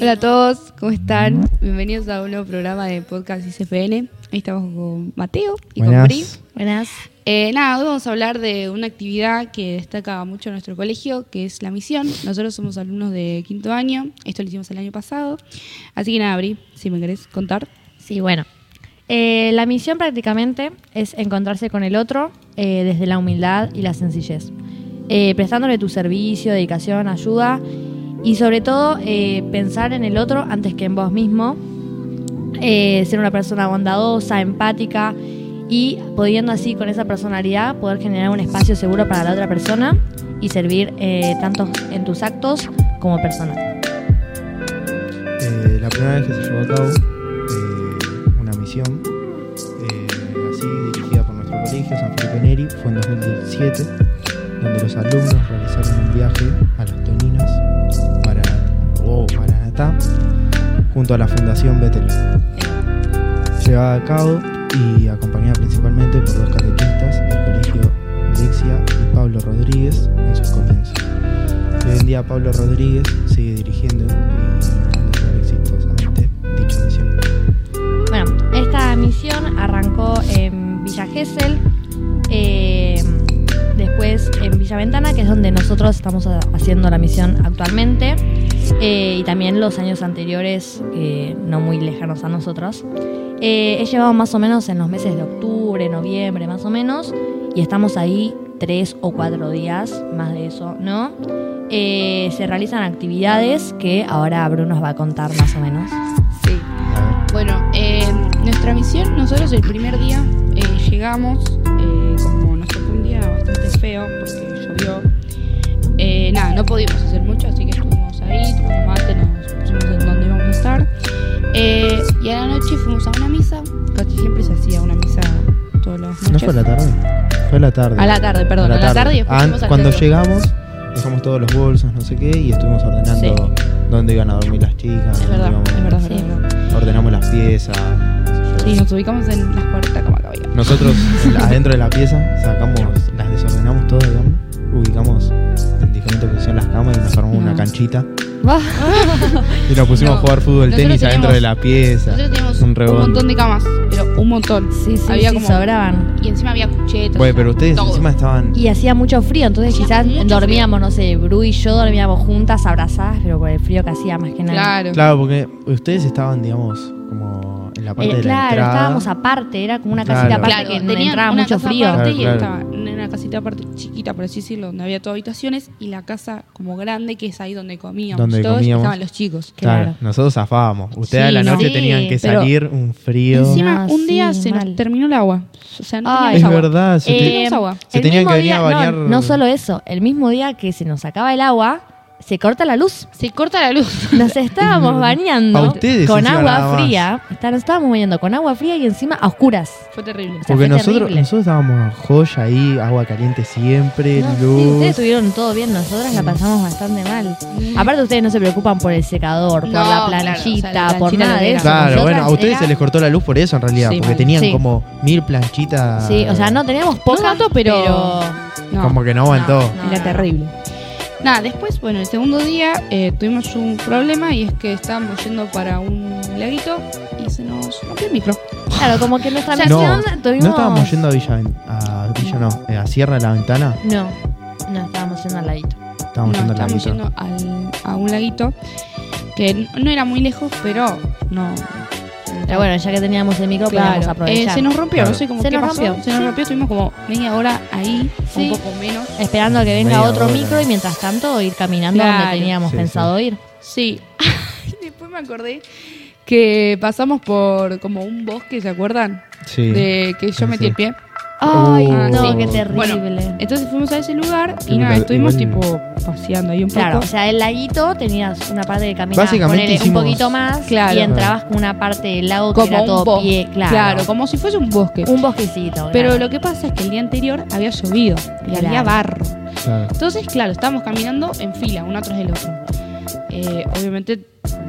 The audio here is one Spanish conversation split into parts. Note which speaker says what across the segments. Speaker 1: Hola a todos, ¿cómo están? Bienvenidos a un nuevo programa de Podcast ICFN. Ahí estamos con Mateo y con
Speaker 2: Buenas.
Speaker 1: Pri.
Speaker 3: Buenas.
Speaker 1: Eh, nada, hoy vamos a hablar de una actividad que destaca mucho en nuestro colegio, que es la misión. Nosotros somos alumnos de quinto año, esto lo hicimos el año pasado. Así que nada, Bri, si me querés contar.
Speaker 3: Sí, bueno. Eh, la misión prácticamente es encontrarse con el otro eh, desde la humildad y la sencillez, Eh, prestándole tu servicio, dedicación, ayuda y sobre todo eh, pensar en el otro antes que en vos mismo, Eh, ser una persona bondadosa, empática y pudiendo así con esa personalidad poder generar un espacio seguro para la otra persona y servir eh, tanto en tus actos como personal.
Speaker 2: Eh, la primera vez que se llevó a cabo eh, una misión eh, así dirigida por nuestro colegio San Felipe Neri fue en 2017, donde los alumnos realizaron un viaje a las Toninas para o Maranatá junto a la Fundación Betel. Llevada a cabo y acompañada principalmente por dos catequistas del colegio Dexia y Pablo Rodríguez en sus comienzos. Hoy en día Pablo Rodríguez sigue dirigiendo y realizando exitosamente dicha misión.
Speaker 3: Bueno, esta misión arrancó en Villa Gesell, eh, después en Villa Ventana, que es donde nosotros estamos ha- haciendo la misión actualmente, eh, y también los años anteriores, eh, no muy lejanos a nosotros. Eh, he llevado más o menos en los meses de octubre, noviembre, más o menos, y estamos ahí tres o cuatro días, más de eso, ¿no? Eh, se realizan actividades que ahora Bruno nos va a contar más o menos.
Speaker 1: Sí.
Speaker 2: A
Speaker 1: Bueno, eh, nuestra misión, nosotros el primer día eh, llegamos, eh, como nos tocó un día bastante feo porque llovió, eh, nada, no pudimos hacer mucho, así que estuvimos ahí, tomamos mate, nos pusimos en donde íbamos a estar. Eh, y a la noche fuimos a una misa, casi siempre se hacía una misa todas las noches.
Speaker 2: ver, ¿no fue a la tarde? Fue a la tarde.
Speaker 1: A la tarde, perdón, a la, tarde. y después
Speaker 2: Ah,
Speaker 1: fuimos al
Speaker 2: Cuando
Speaker 1: centro.
Speaker 2: llegamos, dejamos todos los bolsos, no sé qué, y estuvimos ordenando dónde iban a dormir las chicas.
Speaker 1: Es
Speaker 2: dónde
Speaker 1: verdad,
Speaker 2: íbamos-
Speaker 1: es verdad, es
Speaker 3: Sí.
Speaker 1: verdad.
Speaker 2: Ordenamos las piezas. qué sé
Speaker 1: Sí,
Speaker 2: yo.
Speaker 1: nos ubicamos en las 40 como acá había.
Speaker 2: Nosotros, en la- adentro de la pieza, sacamos, las desordenamos todas, digamos, ubicamos en diferentes posiciones las camas y nos armamos una
Speaker 1: No.
Speaker 2: canchita.
Speaker 3: Va.
Speaker 2: Y nos pusimos
Speaker 1: No.
Speaker 2: a jugar fútbol,
Speaker 1: Nosotros
Speaker 2: tenis adentro
Speaker 1: teníamos-
Speaker 2: de la pieza.
Speaker 1: Nosotros teníamos
Speaker 2: Un
Speaker 1: un,
Speaker 2: rebote.
Speaker 1: montón de camas, pero un montón.
Speaker 3: Sí, sí,
Speaker 1: Había
Speaker 3: sí,
Speaker 1: como-
Speaker 3: sobraban.
Speaker 1: Y encima había cuchetas.
Speaker 2: Bueno, pero ustedes
Speaker 1: todo.
Speaker 2: encima estaban
Speaker 3: Y eh, hacía mucho frío, entonces
Speaker 1: Hacía
Speaker 3: quizás
Speaker 1: mucho
Speaker 3: dormíamos, no sé, Bru y yo dormíamos juntas, abrazadas, pero por el frío que hacía más que nada.
Speaker 1: Claro.
Speaker 2: Claro, porque ustedes estaban, digamos, como en la parte
Speaker 3: Eh,
Speaker 2: de la
Speaker 3: claro,
Speaker 2: entrada.
Speaker 3: estábamos aparte, era como una casita
Speaker 2: Claro.
Speaker 3: aparte
Speaker 1: Claro,
Speaker 3: que no
Speaker 1: tenían
Speaker 3: entraba
Speaker 1: una
Speaker 3: mucho
Speaker 1: casa
Speaker 3: frío.
Speaker 1: aparte y
Speaker 2: Claro,
Speaker 1: estaba
Speaker 2: claro.
Speaker 1: en una casita aparte chiquita, por así decirlo, donde había todas habitaciones y la casa como grande que es ahí donde comíamos
Speaker 2: Donde
Speaker 1: todos y
Speaker 2: comíamos.
Speaker 1: estaban los chicos.
Speaker 2: Claro,
Speaker 3: claro.
Speaker 2: nosotros zafábamos. Ustedes a
Speaker 3: Sí,
Speaker 2: la noche
Speaker 3: no.
Speaker 2: tenían que
Speaker 3: Sí, pero-
Speaker 2: salir, un frío.
Speaker 1: Encima
Speaker 3: Ah,
Speaker 1: un día
Speaker 3: sí,
Speaker 1: se
Speaker 3: mal.
Speaker 1: nos terminó el agua. O sea, no
Speaker 3: Ay. Eh,
Speaker 2: es
Speaker 1: teníamos agua.
Speaker 2: verdad, se te-
Speaker 1: teníamos agua.
Speaker 2: Se
Speaker 3: el
Speaker 2: tenían
Speaker 3: mismo
Speaker 2: que venir a
Speaker 3: día- no,
Speaker 2: bañar-
Speaker 3: No, solo eso, el mismo día que se nos acaba el agua, se corta la luz.
Speaker 1: Se corta la luz.
Speaker 3: Nos estábamos
Speaker 2: A
Speaker 3: bañando
Speaker 2: ustedes
Speaker 3: con
Speaker 2: encima nada
Speaker 3: agua
Speaker 2: más.
Speaker 3: fría. está- Nos estábamos bañando con agua fría y encima a oscuras.
Speaker 1: Fue terrible.
Speaker 3: sea,
Speaker 2: porque
Speaker 3: fue
Speaker 2: nosotros,
Speaker 3: terrible.
Speaker 2: nosotros estábamos joya ahí, agua caliente siempre,
Speaker 3: No, sí,
Speaker 2: luz.
Speaker 3: ustedes tuvieron todo bien, nosotras la pasamos bastante mal.
Speaker 1: Mm.
Speaker 3: Aparte ustedes no se preocupan por el secador, por
Speaker 1: No,
Speaker 3: la
Speaker 1: claro, o sea,
Speaker 3: planchita,
Speaker 1: la
Speaker 3: por
Speaker 1: planchita
Speaker 3: nada
Speaker 1: lo que
Speaker 3: de
Speaker 1: era.
Speaker 3: eso.
Speaker 2: claro,
Speaker 3: Nosotras
Speaker 2: bueno, a ustedes
Speaker 3: era-
Speaker 2: se les cortó la luz por eso en realidad,
Speaker 1: Sí,
Speaker 2: porque
Speaker 1: mal.
Speaker 2: tenían
Speaker 3: Sí.
Speaker 2: como mil planchitas.
Speaker 3: Sí, o sea, no teníamos pocas,
Speaker 1: tanto, pero- No.
Speaker 2: Como que no aguantó.
Speaker 3: No, no,
Speaker 1: Era
Speaker 3: no.
Speaker 1: terrible. Nada, después, bueno, el segundo día eh, tuvimos un problema y es que estábamos yendo para un laguito y se nos rompió el micro.
Speaker 3: Claro, como que nuestra
Speaker 1: O sea,
Speaker 2: No,
Speaker 3: misión tuvimos...
Speaker 2: no estábamos yendo a Villa, Ven- a Villa no, eh, a Sierra de la Ventana.
Speaker 3: No, no estábamos yendo al ladito.
Speaker 2: Estábamos
Speaker 1: no,
Speaker 2: yendo a la
Speaker 1: estábamos
Speaker 2: Villa.
Speaker 1: yendo al- a un laguito que n- no era muy lejos, pero no.
Speaker 3: Pero bueno, ya que teníamos el micro, podíamos
Speaker 1: claro. Eh,
Speaker 3: aprovechar.
Speaker 1: se nos rompió,
Speaker 2: Claro.
Speaker 1: no sé cómo
Speaker 3: Se
Speaker 1: qué
Speaker 3: nos
Speaker 1: pasó.
Speaker 3: rompió.
Speaker 1: Se nos rompió, estuvimos como media hora ahí,
Speaker 3: Sí.
Speaker 1: un poco menos.
Speaker 3: Esperando a que venga
Speaker 2: Media
Speaker 3: otro
Speaker 2: hora.
Speaker 3: micro y mientras tanto ir caminando
Speaker 1: Claro.
Speaker 3: donde teníamos
Speaker 2: Sí,
Speaker 3: pensado ir.
Speaker 1: Sí. Y Después me acordé que pasamos por como un bosque, ¿se acuerdan?
Speaker 2: Sí.
Speaker 1: De que
Speaker 2: Sí,
Speaker 1: yo metí
Speaker 2: sí.
Speaker 1: el pie.
Speaker 3: Ay,
Speaker 2: Ah,
Speaker 3: no,
Speaker 1: sí.
Speaker 3: qué terrible.
Speaker 1: Entonces fuimos a ese lugar y
Speaker 2: Sí,
Speaker 1: nada,
Speaker 2: pero
Speaker 1: estuvimos
Speaker 2: igual-
Speaker 1: tipo paseando ahí un poco.
Speaker 3: Claro, o sea, el laguito tenías una parte de caminar,
Speaker 2: Básicamente
Speaker 3: ponele un
Speaker 2: hicimos-
Speaker 3: poquito más
Speaker 1: Claro.
Speaker 3: y entrabas con una parte del lago que
Speaker 1: como
Speaker 3: era
Speaker 1: un
Speaker 3: todo
Speaker 1: bosque.
Speaker 3: pie, claro.
Speaker 1: como si fuese un bosque.
Speaker 3: Un bosquecito.
Speaker 1: Pero
Speaker 3: claro.
Speaker 1: lo que pasa es que el día anterior había llovido y
Speaker 3: Claro.
Speaker 1: había barro.
Speaker 2: Claro.
Speaker 1: Entonces, claro, estábamos caminando en fila, uno tras el otro. Eh, obviamente,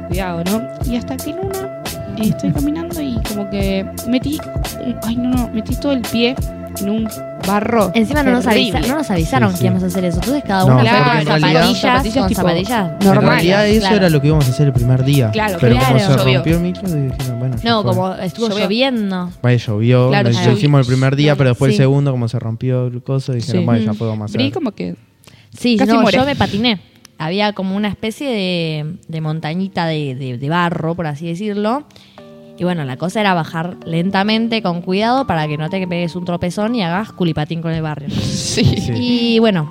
Speaker 1: cuidado, ¿no? Y hasta que en una eh, estoy caminando y como que metí. Ay, no, no, metí todo el pie en un barro.
Speaker 3: Encima no nos, avisa-
Speaker 1: terrible.
Speaker 3: no nos avisaron
Speaker 2: Sí, sí.
Speaker 3: que íbamos a hacer eso. Entonces cada
Speaker 2: No,
Speaker 3: uno
Speaker 2: claro,
Speaker 3: fue
Speaker 2: en
Speaker 3: con
Speaker 2: realidad-
Speaker 3: zapatillas,
Speaker 1: zapatillas
Speaker 3: con
Speaker 1: tipo-
Speaker 3: zapatillas
Speaker 2: En
Speaker 1: Normal,
Speaker 2: realidad eso
Speaker 3: claro.
Speaker 2: era lo que íbamos a hacer el primer día.
Speaker 1: Claro,
Speaker 2: pero como
Speaker 3: claro.
Speaker 2: se
Speaker 1: Llovió.
Speaker 2: rompió el micro, dijeron, bueno.
Speaker 3: No,
Speaker 2: fue.
Speaker 3: como estuvo
Speaker 1: Llovió.
Speaker 3: lloviendo.
Speaker 2: Vaya, llovió,
Speaker 1: Claro,
Speaker 2: lo
Speaker 1: llovió.
Speaker 2: hicimos el primer día, pero después
Speaker 3: Sí.
Speaker 2: el segundo, como se rompió el coso, dijeron,
Speaker 1: Sí.
Speaker 2: bueno, ya
Speaker 3: Mm.
Speaker 2: podemos hacer.
Speaker 1: Bri como que
Speaker 3: Sí,
Speaker 1: Casi
Speaker 3: no,
Speaker 1: muere.
Speaker 3: yo me patiné. Había como una especie de, de montañita de, de- de barro, por así decirlo. Y bueno, la cosa era bajar lentamente, con cuidado, para que no te pegues un tropezón y hagas culipatín con el barrio.
Speaker 1: sí.
Speaker 2: Sí.
Speaker 3: Y bueno,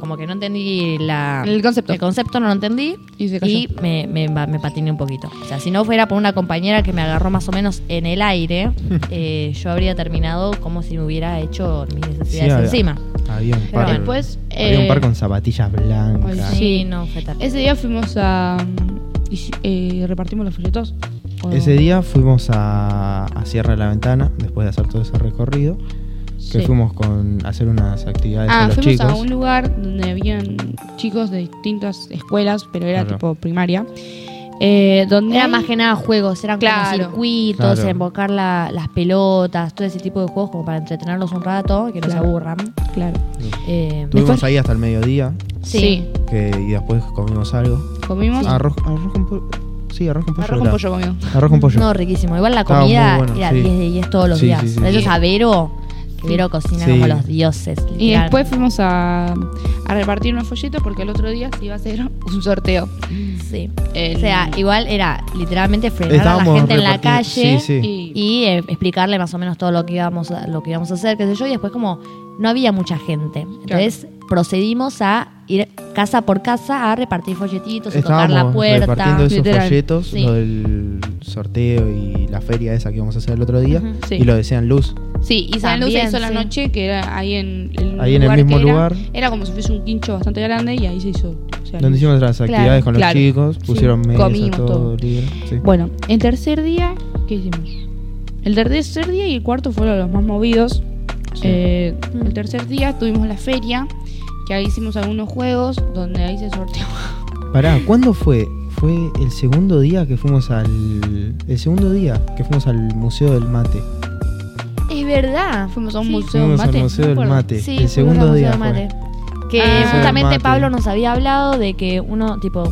Speaker 3: como que no entendí
Speaker 2: Ah.
Speaker 3: la,
Speaker 1: El concepto.
Speaker 3: el concepto, no lo entendí.
Speaker 1: Y se cayó.
Speaker 3: me, me- me patiné un poquito. O sea, si no fuera por una compañera que me agarró más o menos en el aire, eh, yo habría terminado como si me hubiera hecho mis
Speaker 2: Sí,
Speaker 3: necesidades
Speaker 2: había-
Speaker 3: encima.
Speaker 2: Había un
Speaker 1: Pero
Speaker 2: par.
Speaker 1: después,
Speaker 2: había un
Speaker 1: eh,
Speaker 2: par con zapatillas blancas.
Speaker 1: Ay,
Speaker 3: Sí, no, fue terrible.
Speaker 1: Ese día fuimos a. mm, hici- eh, repartimos los folletos. ¿O no?
Speaker 2: Ese día fuimos a, a Sierra de la Ventana, después de hacer todo ese recorrido,
Speaker 1: Sí.
Speaker 2: que fuimos con a hacer unas actividades
Speaker 1: Ah,
Speaker 2: con los
Speaker 1: fuimos
Speaker 2: chicos.
Speaker 1: a un lugar donde habían chicos de distintas escuelas, pero era
Speaker 2: Claro.
Speaker 1: tipo primaria. eh, donde
Speaker 3: Era
Speaker 1: hay-
Speaker 3: más que nada juegos, eran
Speaker 1: Claro.
Speaker 3: como circuitos,
Speaker 2: Claro.
Speaker 3: embocar la- las pelotas, todo ese tipo de juegos como para entretenerlos un rato, que no se
Speaker 1: Claro.
Speaker 3: aburran.
Speaker 1: Claro.
Speaker 3: Eh,
Speaker 2: Estuvimos
Speaker 1: Después-
Speaker 2: ahí hasta el mediodía
Speaker 3: Sí.
Speaker 2: que, y después comimos algo.
Speaker 1: Comimos
Speaker 2: Arroz, arroz con pollo. Sí, arroz con pollo.
Speaker 1: arroz con
Speaker 2: era.
Speaker 1: pollo comido.
Speaker 2: Arroz con pollo.
Speaker 3: No, riquísimo. Igual la
Speaker 2: Estaba muy
Speaker 3: comida
Speaker 2: bueno,
Speaker 3: era
Speaker 2: sí.
Speaker 3: 10 de 10 todos los
Speaker 2: Sí,
Speaker 3: días.
Speaker 2: sí, sí.
Speaker 3: Gracias a Vero, que Vero cocina como
Speaker 2: Sí.
Speaker 3: los dioses.
Speaker 1: Y
Speaker 3: literal.
Speaker 1: después fuimos a, a repartir unos folletos porque el otro día se iba a hacer un sorteo.
Speaker 3: Sí.
Speaker 1: En-
Speaker 3: O sea, igual era literalmente frenar a
Speaker 2: Estábamos
Speaker 3: la gente en la
Speaker 2: repartiendo-
Speaker 3: calle
Speaker 2: Sí, sí.
Speaker 1: Y,
Speaker 3: y eh, explicarle más o menos todo lo que íbamos a, lo que íbamos a hacer, qué sé yo, y después como no había mucha gente. Entonces procedimos a ir casa por casa a repartir folletitos, a tocar
Speaker 2: Estábamos
Speaker 3: la puerta.
Speaker 2: repartiendo esos
Speaker 1: literal.
Speaker 2: folletos,
Speaker 3: Sí.
Speaker 2: lo del sorteo y la feria esa que íbamos a hacer el otro día.
Speaker 3: Ujú.
Speaker 1: sí.
Speaker 2: Y lo decían luz.
Speaker 1: Sí, y San Luz se
Speaker 3: También,
Speaker 1: hizo la
Speaker 3: sí.
Speaker 1: noche, que era ahí en el,
Speaker 2: Ahí en el
Speaker 1: lugar
Speaker 2: mismo
Speaker 1: que era.
Speaker 2: lugar.
Speaker 1: Era como si fuese un quincho bastante grande y ahí se hizo. o sea,
Speaker 2: Donde hicimos las
Speaker 3: Claro,
Speaker 2: actividades con los
Speaker 1: claro.
Speaker 2: chicos, pusieron mesa,
Speaker 1: Comimos
Speaker 2: todo,
Speaker 1: todo.
Speaker 2: libre. sí.
Speaker 1: Bueno, el tercer día, ¿qué hicimos? El ter- tercer día y el cuarto fueron los más movidos.
Speaker 2: Sí.
Speaker 1: Eh,
Speaker 3: Mm.
Speaker 1: El tercer día tuvimos la feria, que ahí hicimos algunos juegos, donde ahí se sorteó.
Speaker 2: Pará, ¿cuándo fue? Fue el segundo día que fuimos al. El segundo día que fuimos al Museo del Mate.
Speaker 3: Es verdad.
Speaker 1: Fuimos a un
Speaker 3: Sí.
Speaker 1: museo
Speaker 2: Fuimos
Speaker 1: mate.
Speaker 2: al Museo
Speaker 1: me
Speaker 2: del
Speaker 1: acuerdo.
Speaker 2: Mate.
Speaker 3: Sí,
Speaker 2: este, el
Speaker 3: fuimos al
Speaker 2: segundo
Speaker 3: Museo
Speaker 2: día.
Speaker 3: del
Speaker 2: fue.
Speaker 3: Mate. Que
Speaker 1: Ah. Museo del
Speaker 3: justamente
Speaker 2: Mate.
Speaker 3: Pablo nos había hablado de que uno, tipo,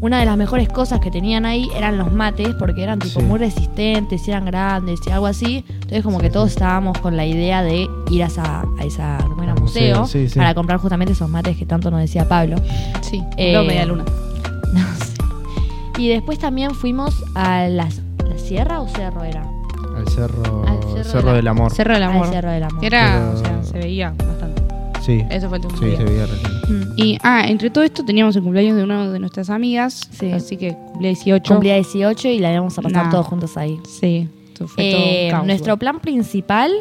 Speaker 3: una de las mejores cosas que tenían ahí eran los mates, porque eran tipo
Speaker 2: Sí.
Speaker 3: muy resistentes, y eran grandes y algo así. Entonces como
Speaker 2: Sí,
Speaker 3: que
Speaker 2: sí.
Speaker 3: todos estábamos con la idea de ir a esa, a esa ¿cómo era?
Speaker 2: Al museo,
Speaker 3: museo,
Speaker 2: sí, sí.
Speaker 3: para comprar justamente esos mates que tanto nos decía Pablo.
Speaker 1: Sí,
Speaker 3: Eh,
Speaker 1: luego media luna.
Speaker 3: No sé. Y después también fuimos a las- la sierra o cerro era.
Speaker 2: Al cerro.
Speaker 3: Al
Speaker 2: cerro,
Speaker 3: Cerro del-
Speaker 2: del Amor.
Speaker 1: Cerro del
Speaker 3: Al
Speaker 1: amor.
Speaker 3: cerro del amor.
Speaker 1: Era,
Speaker 2: Pero-
Speaker 1: o sea, se veía bastante.
Speaker 2: Sí.
Speaker 1: Eso fue el tercer
Speaker 2: Sí,
Speaker 1: día.
Speaker 2: se veía recién.
Speaker 3: Mm.
Speaker 1: Y, ah, entre todo esto teníamos el cumpleaños de una de nuestras amigas,
Speaker 3: Sí.
Speaker 1: así que cumplía 18.
Speaker 3: Cumplía 18 y la íbamos a pasar
Speaker 1: Nah.
Speaker 3: todos juntos ahí.
Speaker 1: Sí, eso fue todo
Speaker 3: Eh,
Speaker 1: un caos.
Speaker 3: nuestro plan principal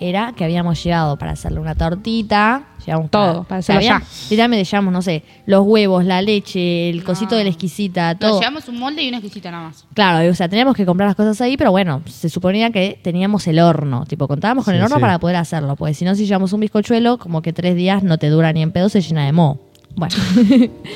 Speaker 3: era que habíamos llegado para hacerle una tortita. Llevamos
Speaker 1: Todo, para hacerlo
Speaker 3: habían-
Speaker 1: ya.
Speaker 3: Literalmente llevamos, no sé, los huevos, la leche, el
Speaker 1: No.
Speaker 3: cosito de la exquisita,
Speaker 1: Nos
Speaker 3: todo.
Speaker 1: Ah. llevamos un molde y una exquisita nada más.
Speaker 3: Claro, o sea, teníamos que comprar las cosas ahí, pero bueno, se suponía que teníamos el horno. Tipo, contábamos con
Speaker 2: Sí,
Speaker 3: el horno
Speaker 2: sí.
Speaker 3: para poder hacerlo, porque si no, si llevamos un bizcochuelo, como que tres días no te dura ni en pedo, se llena de moho. Bueno.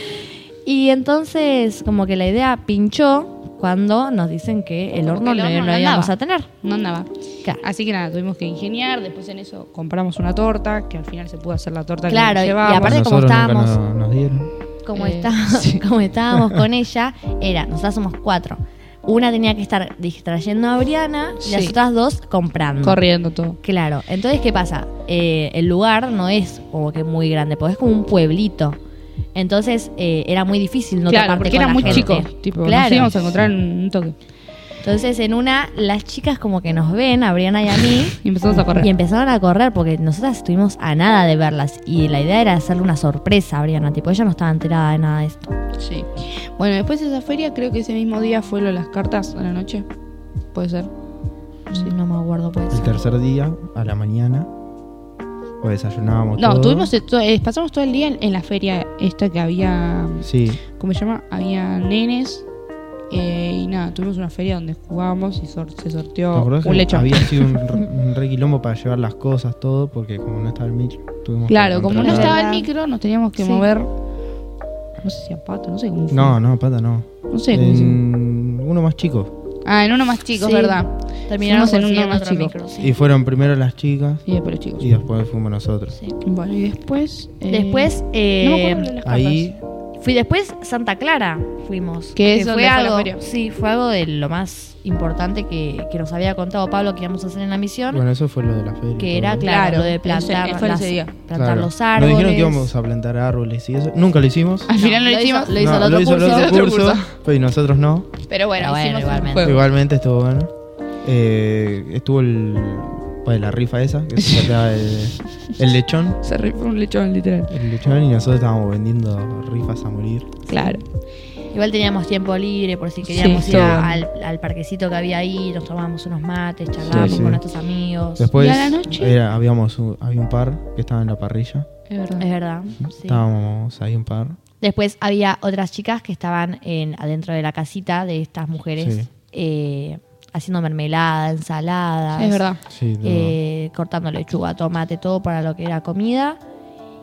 Speaker 3: y entonces, como que la idea pinchó cuando nos dicen que el horno
Speaker 1: el
Speaker 3: no,
Speaker 1: horno
Speaker 3: no
Speaker 1: no
Speaker 3: íbamos
Speaker 1: andaba.
Speaker 3: a tener.
Speaker 1: No andaba.
Speaker 3: Claro.
Speaker 1: Así que nada, tuvimos que ingeniar. Después en eso compramos una torta, que al final se pudo hacer la torta
Speaker 3: Claro,
Speaker 1: que
Speaker 3: y- y
Speaker 1: llevábamos.
Speaker 3: aparte-
Speaker 2: A
Speaker 3: como
Speaker 2: nosotros nunca
Speaker 3: estábamos-
Speaker 2: nos, nos dieron.
Speaker 3: como,
Speaker 1: Eh,
Speaker 3: está- como estábamos con ella, era, nosotras somos cuatro. Una tenía que estar distrayendo a Briana y las
Speaker 1: Sí.
Speaker 3: otras dos comprando.
Speaker 1: corriendo todo.
Speaker 3: Claro, entonces, ¿qué pasa? Eh, el lugar no es como que muy grande, porque es como un pueblito. Entonces, eh, era muy difícil no
Speaker 1: claro,
Speaker 3: toparte
Speaker 1: porque
Speaker 3: con
Speaker 1: era
Speaker 3: la
Speaker 1: muy
Speaker 3: gente.
Speaker 1: chico. Tipo,
Speaker 3: Claro.
Speaker 1: nos íbamos a encontrar en un toque.
Speaker 3: Entonces, en una, las chicas como que nos ven, a Briana y a mí,
Speaker 1: Y empezamos a correr.
Speaker 3: y empezaron a correr porque nosotras estuvimos a nada de verlas. Y la idea era hacerle una sorpresa a Briana, tipo, ella no estaba enterada de nada de esto.
Speaker 1: Sí. Bueno, después de esa feria, creo que ese mismo día fue lo de las cartas a la noche. Puede ser. Sí.
Speaker 3: No me acuerdo, pues.
Speaker 2: El tercer día, a la mañana, pues desayunábamos.
Speaker 1: No,
Speaker 2: todo.
Speaker 1: tuvimos, esto- eh, pasamos todo el día en, en la feria esta que había,
Speaker 2: Sí,
Speaker 1: ¿cómo se llama? Había nenes eh, y nada, tuvimos una feria donde jugábamos y sor- se
Speaker 2: ¿Te
Speaker 1: sorteó
Speaker 2: acordás que
Speaker 1: un lechón.
Speaker 2: Había sido un, re- un re quilombo para llevar las cosas, todo, porque como no estaba el micro, tuvimos que
Speaker 1: Claro, como no
Speaker 2: contratar-
Speaker 1: estaba el micro, nos teníamos que
Speaker 3: Sí.
Speaker 1: mover, no sé si a pato, no sé cómo fue.
Speaker 2: No, no, pata, no.
Speaker 1: No sé cómo hicimos.
Speaker 2: En- Uno más chico.
Speaker 1: Ah, en uno más chico, es
Speaker 3: Sí.
Speaker 1: verdad.
Speaker 3: Terminamos
Speaker 1: Fuimos en uno
Speaker 3: consiguiendo
Speaker 1: más
Speaker 3: otro
Speaker 1: chico.
Speaker 3: micro, sí.
Speaker 2: Y fueron primero las chicas
Speaker 1: Y después los chicos.
Speaker 2: y después fuimos nosotros.
Speaker 3: Sí.
Speaker 1: Bueno, y después. eh,
Speaker 3: Después,
Speaker 1: no me
Speaker 3: eh,
Speaker 1: acuerdo de las
Speaker 2: Ahí,
Speaker 1: capas.
Speaker 3: fui después Santa Clara, fuimos.
Speaker 1: Que es donde
Speaker 3: fue
Speaker 1: fue la
Speaker 3: algo,
Speaker 1: feria.
Speaker 3: sí, fue algo de lo más importante que, que nos había contado Pablo que íbamos a hacer en la misión,
Speaker 2: bueno, eso fue lo de la feria. y
Speaker 3: que
Speaker 2: todo,
Speaker 3: era
Speaker 2: ¿no?
Speaker 3: claro,
Speaker 1: Claro,
Speaker 3: lo de
Speaker 1: ese-
Speaker 3: plantar,
Speaker 1: fue
Speaker 3: las-
Speaker 1: ese día.
Speaker 3: plantar
Speaker 2: Claro.
Speaker 3: los árboles.
Speaker 2: Nos dijeron que íbamos a plantar árboles y eso. Nunca lo hicimos.
Speaker 1: Al final no lo
Speaker 3: hizo-
Speaker 1: hicimos.
Speaker 3: Lo hizo
Speaker 2: No,
Speaker 3: el otro curso.
Speaker 1: Lo
Speaker 2: otro
Speaker 1: hizo otro
Speaker 2: curso, pero y nosotros no.
Speaker 1: Pero bueno,
Speaker 3: Pero bueno,
Speaker 1: hicimos
Speaker 3: igualmente.
Speaker 1: un juego.
Speaker 2: Igualmente estuvo bueno. Eh, estuvo el, pues, la rifa esa, que se sorteaba el, el lechón.
Speaker 1: Se rifó un lechón, literal.
Speaker 2: El lechón y nosotros estábamos vendiendo rifas a morir.
Speaker 1: Claro.
Speaker 3: Igual teníamos tiempo libre por si queríamos
Speaker 1: Sí,
Speaker 3: ir a-
Speaker 1: todo.
Speaker 3: al, al parquecito que había ahí, nos tomábamos unos mates, charlábamos
Speaker 2: Sí, sí.
Speaker 3: con nuestros amigos.
Speaker 2: Después
Speaker 1: ¿Y a la noche?
Speaker 2: era- habíamos un- había un par que estaba en la parrilla.
Speaker 1: Es verdad.
Speaker 3: Es verdad. sí.
Speaker 2: Estábamos ahí un par.
Speaker 3: Después había otras chicas que estaban en, adentro de la casita de estas mujeres
Speaker 2: Sí.
Speaker 3: eh, haciendo mermelada, ensaladas,
Speaker 1: Es verdad.
Speaker 2: Sí, todo.
Speaker 3: eh, cortando lechuga, tomate, todo para lo que era comida.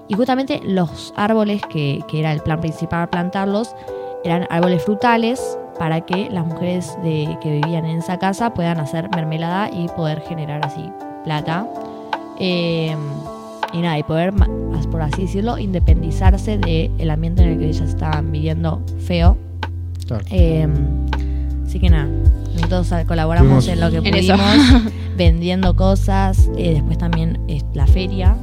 Speaker 3: Y justamente los árboles, que, que era el plan principal plantarlos, eran árboles frutales para que las mujeres de, que vivían en esa casa puedan hacer mermelada y poder generar así plata. Eh, y nada, y poder, ma- as- por así decirlo, independizarse del ambiente en el que ellas estaban viviendo feo.
Speaker 2: Claro.
Speaker 3: Eh, así que nada, nosotros ah, colaboramos
Speaker 2: Fuimos-
Speaker 3: en lo que
Speaker 1: En eso.
Speaker 3: pudimos, vendiendo cosas. eh, después también eh, la feria,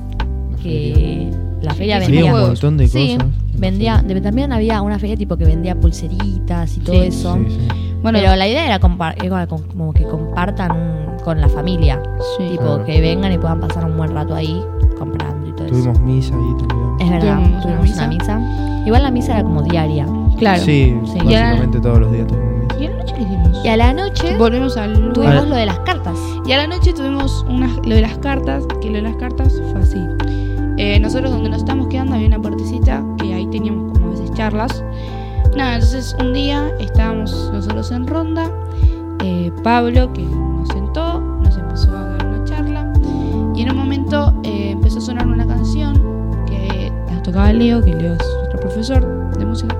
Speaker 2: La feria.
Speaker 3: que la feria
Speaker 1: Sí,
Speaker 2: Había
Speaker 3: vendía
Speaker 2: un montón de
Speaker 3: sí,
Speaker 2: cosas.
Speaker 3: vendía, de- también había una feria tipo que vendía pulseritas y todo
Speaker 1: Sí.
Speaker 3: eso.
Speaker 2: Sí, sí.
Speaker 1: Bueno,
Speaker 3: Pero la idea era, compar- era con- como que compartan con la familia.
Speaker 1: sí.
Speaker 3: Tipo,
Speaker 2: Claro.
Speaker 3: que vengan y puedan pasar un buen rato ahí comprando y todo eso.
Speaker 2: Tuvimos misa ahí también.
Speaker 3: Es verdad,
Speaker 1: Tuvimos
Speaker 3: tuvimos,
Speaker 1: una
Speaker 3: una misa. Igual la misa era como diaria.
Speaker 1: Claro.
Speaker 2: Sí,
Speaker 3: Sí.
Speaker 1: Y a la-
Speaker 2: básicamente todos los días tuvimos misa.
Speaker 1: ¿Y a la noche qué hicimos?
Speaker 3: Y a la noche
Speaker 1: Volvemos al
Speaker 3: tuvimos
Speaker 2: Ahora-
Speaker 3: lo de las cartas.
Speaker 1: Y a la noche tuvimos unas, lo de las cartas, que lo de las cartas fue así. Eh, nosotros donde nos estábamos quedando había una partecita que ahí teníamos como a veces charlas. Nada, entonces un día estábamos nosotros en ronda, eh, Pablo que nos sentó, nos empezó a dar una charla y en un momento eh, empezó a sonar una canción que la tocaba Leo, que Leo es nuestro profesor de música.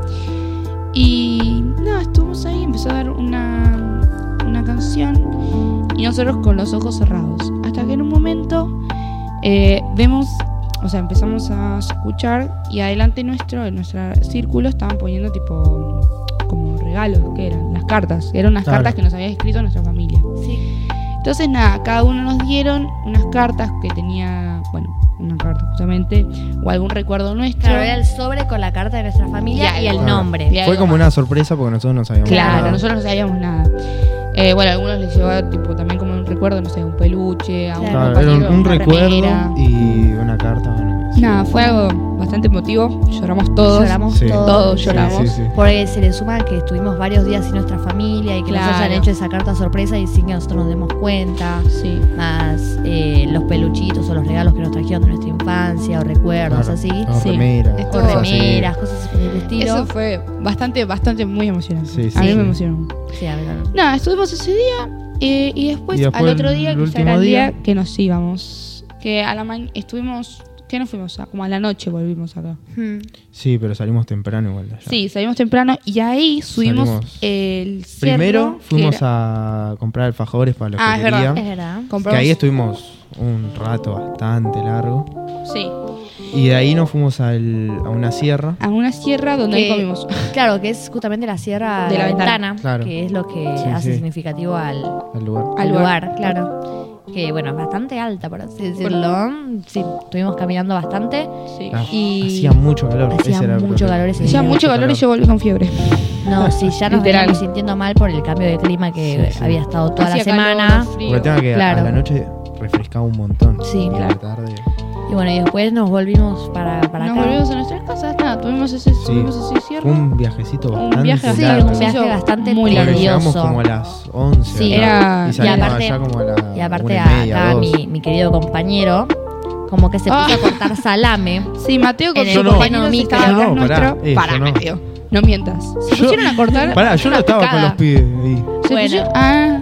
Speaker 1: Y nada, estuvimos ahí, empezó a dar una, una canción y nosotros con los ojos cerrados. Hasta que en un momento eh, vemos, o sea, empezamos a escuchar y adelante nuestro, en nuestro círculo, estaban poniendo tipo como regalos, que eran las cartas, eran unas
Speaker 2: Claro.
Speaker 1: cartas que nos había escrito nuestra familia.
Speaker 3: Sí.
Speaker 1: Entonces, nada, cada uno nos dieron unas cartas que tenía, bueno, una carta justamente, o algún recuerdo nuestro.
Speaker 3: Claro, era el sobre con la carta de nuestra familia
Speaker 1: Y
Speaker 3: y, el
Speaker 1: algo.
Speaker 3: nombre.
Speaker 1: Y
Speaker 2: Fue
Speaker 1: algo
Speaker 2: como una sorpresa porque nosotros no sabíamos.
Speaker 1: Claro,
Speaker 2: nada.
Speaker 1: nosotros no sabíamos nada. Eh, bueno, a algunos les llevaba tipo también como un recuerdo, no sé, un peluche, a un
Speaker 3: Claro,
Speaker 2: Claro, era un,
Speaker 1: compañero,
Speaker 2: un
Speaker 1: una
Speaker 2: recuerdo
Speaker 1: remera.
Speaker 2: y una carta. bueno, sí.
Speaker 1: Nada, fue algo bastante emotivo. Lloramos todos.
Speaker 3: Lloramos
Speaker 2: Sí.
Speaker 3: todos.
Speaker 1: Todos
Speaker 2: Sí,
Speaker 1: lloramos.
Speaker 2: sí, sí.
Speaker 3: Porque se le suma que estuvimos varios días sin nuestra familia y que nos
Speaker 1: Claro.
Speaker 3: hayan hecho esa carta sorpresa y sin que nosotros nos demos cuenta.
Speaker 1: Sí.
Speaker 3: Más eh, los peluchitos o los regalos que nos trajeron de nuestra infancia o recuerdos
Speaker 2: Claro, Ah.
Speaker 3: así.
Speaker 2: o
Speaker 1: Sí.
Speaker 2: remeras,
Speaker 1: Es
Speaker 3: O
Speaker 1: todo.
Speaker 2: cosas así.
Speaker 3: remeras, cosas por el estilo.
Speaker 1: Eso fue bastante, bastante muy emocionante.
Speaker 2: Sí, sí,
Speaker 1: a mí
Speaker 2: sí.
Speaker 1: me emocionó.
Speaker 3: Sí, a ver, a ver.
Speaker 1: Nada, estuvimos ese día eh, y, después,
Speaker 2: Y después
Speaker 1: al otro día,
Speaker 2: el
Speaker 1: que ya era
Speaker 2: último
Speaker 1: el día,
Speaker 2: día.
Speaker 1: que nos íbamos. Que a la mañana estuvimos. ¿Qué nos fuimos? A- como a la noche volvimos acá.
Speaker 3: Hmm.
Speaker 2: Sí, pero salimos temprano igual de allá.
Speaker 1: Sí, salimos temprano y ahí subimos
Speaker 2: Salimos.
Speaker 1: el cerro.
Speaker 2: Primero
Speaker 1: que
Speaker 2: fuimos
Speaker 1: era-
Speaker 2: a comprar alfajores para los
Speaker 1: Ah,
Speaker 2: que
Speaker 1: es verdad,
Speaker 2: querían.
Speaker 3: Es verdad.
Speaker 2: Que
Speaker 1: compramos-
Speaker 2: ahí estuvimos un rato bastante largo.
Speaker 1: Sí,
Speaker 2: Y de ahí nos fuimos al- a una sierra.
Speaker 1: a una sierra donde ahí
Speaker 3: Que-
Speaker 1: comimos.
Speaker 3: Claro, que es justamente la sierra de la, ventana,
Speaker 2: Claro.
Speaker 3: que es lo que
Speaker 2: Sí,
Speaker 3: hace
Speaker 2: sí.
Speaker 3: significativo al,
Speaker 2: Al lugar.
Speaker 1: Al
Speaker 3: al
Speaker 1: lugar.
Speaker 3: lugar, claro. Que bueno, es bastante alta, por así decirlo. Sí, estuvimos caminando bastante.
Speaker 1: Sí.
Speaker 2: Ah,
Speaker 3: Y-
Speaker 2: Hacía mucho calor.
Speaker 3: Hacía
Speaker 2: ese era el
Speaker 3: mucho
Speaker 2: problema.
Speaker 3: calor ese
Speaker 1: Hacía
Speaker 3: Sí,
Speaker 1: mucho calor y yo volví con fiebre.
Speaker 3: No, sí, ya nos
Speaker 1: Literal.
Speaker 3: veníamos sintiendo mal por el cambio de clima que
Speaker 2: Sí, sí.
Speaker 3: había estado toda la
Speaker 1: Hacía calor,
Speaker 3: semana.
Speaker 1: frío.
Speaker 2: Porque el tema es que
Speaker 3: Claro.
Speaker 2: a la noche refrescaba un montón.
Speaker 3: Sí,
Speaker 2: Y a la
Speaker 3: claro.
Speaker 2: tarde.
Speaker 3: Y bueno, y después nos volvimos para, para
Speaker 1: Nos
Speaker 3: acá.
Speaker 1: volvimos a nuestras casas, nada, tuvimos ese, subimos ese
Speaker 2: Fue
Speaker 1: cierre.
Speaker 2: un viajecito
Speaker 1: Un
Speaker 2: bastante
Speaker 1: viaje así,
Speaker 2: largo.
Speaker 1: como
Speaker 3: un viaje
Speaker 1: hizo
Speaker 3: bastante
Speaker 1: muy
Speaker 2: Porque
Speaker 1: largo.
Speaker 2: llegamos
Speaker 3: tedioso.
Speaker 2: como a las 11.
Speaker 3: Sí,
Speaker 2: acá,
Speaker 1: era-
Speaker 2: Y salimos
Speaker 3: y aparte-
Speaker 2: allá como a la
Speaker 3: Y aparte
Speaker 2: una y media,
Speaker 3: acá
Speaker 2: dos.
Speaker 3: mi, mi querido compañero, como que se puso
Speaker 1: Ah.
Speaker 3: a cortar salame.
Speaker 1: Sí, Mateo con
Speaker 3: En
Speaker 1: su
Speaker 2: el
Speaker 1: compañero
Speaker 3: Yo no.
Speaker 1: estaba atrás
Speaker 2: No, pará,
Speaker 1: nuestro.
Speaker 2: eso
Speaker 1: pará,
Speaker 2: no.
Speaker 1: Mateo, no mientas. Se
Speaker 2: Yo-
Speaker 1: pusieron a cortar.
Speaker 2: Pará, yo no
Speaker 1: una
Speaker 2: estaba con
Speaker 1: picada.
Speaker 2: los pibes ahí.
Speaker 1: Se
Speaker 3: Bueno.
Speaker 1: pusieron- ah,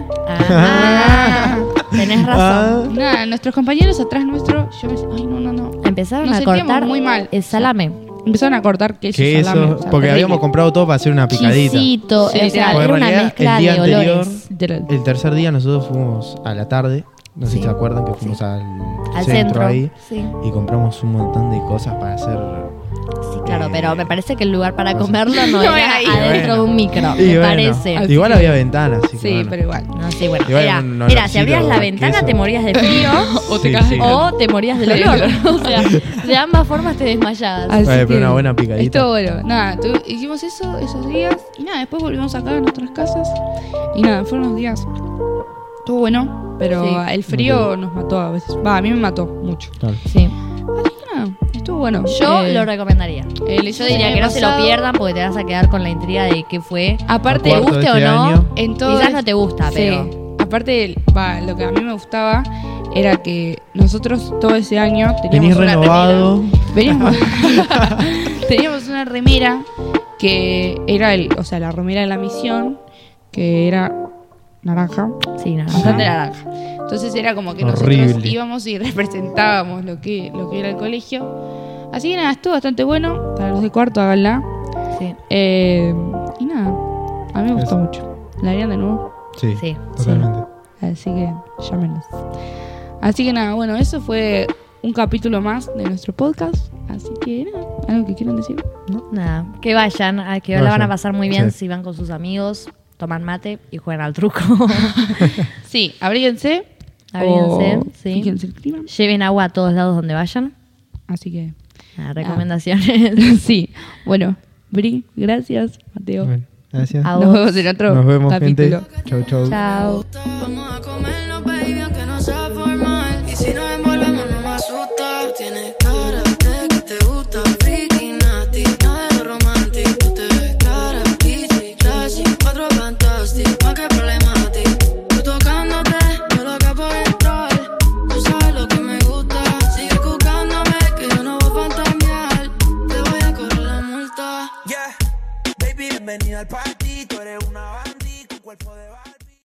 Speaker 3: Ah, tenés razón.
Speaker 2: Ah,
Speaker 1: nada, nuestros compañeros atrás nuestro. Yo me ay, no, no, no.
Speaker 3: Empezaron
Speaker 1: Nos
Speaker 3: a
Speaker 1: sentíamos
Speaker 3: cortar
Speaker 1: muy mal.
Speaker 3: el salame.
Speaker 1: Empezaron a cortar queso, y
Speaker 2: Que
Speaker 1: salame,
Speaker 2: eso,
Speaker 1: o sea,
Speaker 2: porque
Speaker 1: terrible.
Speaker 2: habíamos comprado todo para hacer una picadita.
Speaker 3: Chisito,
Speaker 1: Sí,
Speaker 3: o sea,
Speaker 1: literal.
Speaker 2: Porque en
Speaker 3: era una
Speaker 2: realidad,
Speaker 3: mezcla
Speaker 2: el
Speaker 3: de
Speaker 2: día anterior-
Speaker 3: olores.
Speaker 1: Literal.
Speaker 2: El tercer día nosotros fuimos a la tarde, no sé
Speaker 3: Sí.
Speaker 2: si se acuerdan que fuimos al,
Speaker 3: Al centro.
Speaker 2: ahí
Speaker 3: Sí.
Speaker 2: y compramos un montón de cosas para hacer.
Speaker 3: Sí, claro,
Speaker 2: Eh,
Speaker 3: pero me parece que el lugar para
Speaker 2: no sé.
Speaker 3: comerlo no,
Speaker 1: No
Speaker 3: era
Speaker 1: era ahí.
Speaker 3: adentro de un micro,
Speaker 2: Y
Speaker 3: me
Speaker 2: bueno,
Speaker 3: parece.
Speaker 2: Igual había ventanas, así que
Speaker 1: Sí,
Speaker 2: bueno.
Speaker 1: pero igual.
Speaker 3: No sé, bueno,
Speaker 2: Igual
Speaker 3: era,
Speaker 2: un
Speaker 3: era,
Speaker 2: olorcito
Speaker 3: si abrías la
Speaker 2: a
Speaker 3: ventana
Speaker 2: queso.
Speaker 3: te morías de frío
Speaker 1: O te
Speaker 2: Sí,
Speaker 1: cagas
Speaker 2: sí.
Speaker 1: de-
Speaker 3: o te morías del
Speaker 1: Sí.
Speaker 3: olor. O sea, de ambas formas te desmayabas.
Speaker 1: Así
Speaker 2: Bueno, pero
Speaker 1: que-
Speaker 2: una buena picadita.
Speaker 1: Esto bueno, nada, tu- hicimos eso esos días y nada, después volvimos acá a nuestras casas y nada, fueron unos días. Estuvo bueno, pero
Speaker 3: Sí.
Speaker 1: el frío nos mató a veces. Va, a mí me mató mucho.
Speaker 2: Claro.
Speaker 3: Sí.
Speaker 1: Así que nada, estuvo bueno.
Speaker 3: Yo
Speaker 1: Eh,
Speaker 3: lo Eh, recomendaría.
Speaker 1: el hecho
Speaker 3: Yo
Speaker 1: de
Speaker 3: diría
Speaker 1: año
Speaker 3: que no se lo
Speaker 1: pasado,
Speaker 3: pierdan porque te vas a quedar con la intriga de qué fue.
Speaker 1: Aparte,
Speaker 3: Te
Speaker 2: Cuarto
Speaker 3: guste
Speaker 2: de
Speaker 3: o
Speaker 2: este
Speaker 3: no,
Speaker 2: año.
Speaker 1: en todo
Speaker 3: quizás
Speaker 1: esto-
Speaker 3: no te gusta,
Speaker 1: Sí.
Speaker 3: pero
Speaker 1: Aparte, va, lo que a mí me gustaba era que nosotros todo ese año teníamos
Speaker 2: Venís
Speaker 1: una remera.
Speaker 2: renovado.
Speaker 1: Veníamos- teníamos una remera que era el, o sea, la remera de la misión, que era naranja,
Speaker 3: sí, nada.
Speaker 1: bastante naranja. Entonces era como que nosotros
Speaker 2: Horrible.
Speaker 1: íbamos y representábamos lo que, lo que era el colegio. Así que nada, estuvo bastante bueno. Para los de cuarto, háganla.
Speaker 3: Sí,
Speaker 1: Eh, y nada, a mí me gustó
Speaker 2: Eso.
Speaker 1: mucho. La harían de nuevo.
Speaker 2: Sí,
Speaker 3: sí.
Speaker 2: totalmente.
Speaker 1: Así que llámenos. Así que nada, bueno, eso fue un capítulo más de nuestro podcast. Así que nada, algo que quieran decir.
Speaker 3: Nada, que vayan, a- que la
Speaker 2: Vayan.
Speaker 3: van a pasar muy bien
Speaker 2: Sí.
Speaker 3: si van con sus amigos, toman mate y juegan al truco.
Speaker 1: Sí, abríguense.
Speaker 3: Abríguense,
Speaker 1: o
Speaker 3: sí.
Speaker 1: fíjense el clima.
Speaker 3: Lleven agua a todos lados donde vayan.
Speaker 1: Así que
Speaker 3: Nada, recomendaciones.
Speaker 1: sí. Bueno, Bri, gracias, Mateo.
Speaker 2: Bueno, gracias.
Speaker 3: A
Speaker 1: Nos
Speaker 3: vos.
Speaker 1: vemos en otro
Speaker 2: Nos vemos,
Speaker 1: capítulo.
Speaker 2: gente. Chau, chau.
Speaker 3: Chao.
Speaker 4: Vamos a comerlo, baby, aunque no sea formal. Y si nos envolvemos, no me asusta. Tienes cara de que te gusta, freaky, nasty, nada de lo romántico. Tú te ves cara, easy, classy, cuatro fantastic, más que problematic. Tú tocándote, yo loca por entrar. Tú sabes lo que me gusta, sigue buscándome, que yo no voy a fantamear. Te voy a correr la multa.
Speaker 5: Yeah, baby, bienvenida al party. Tú eres una bandit con cuerpo de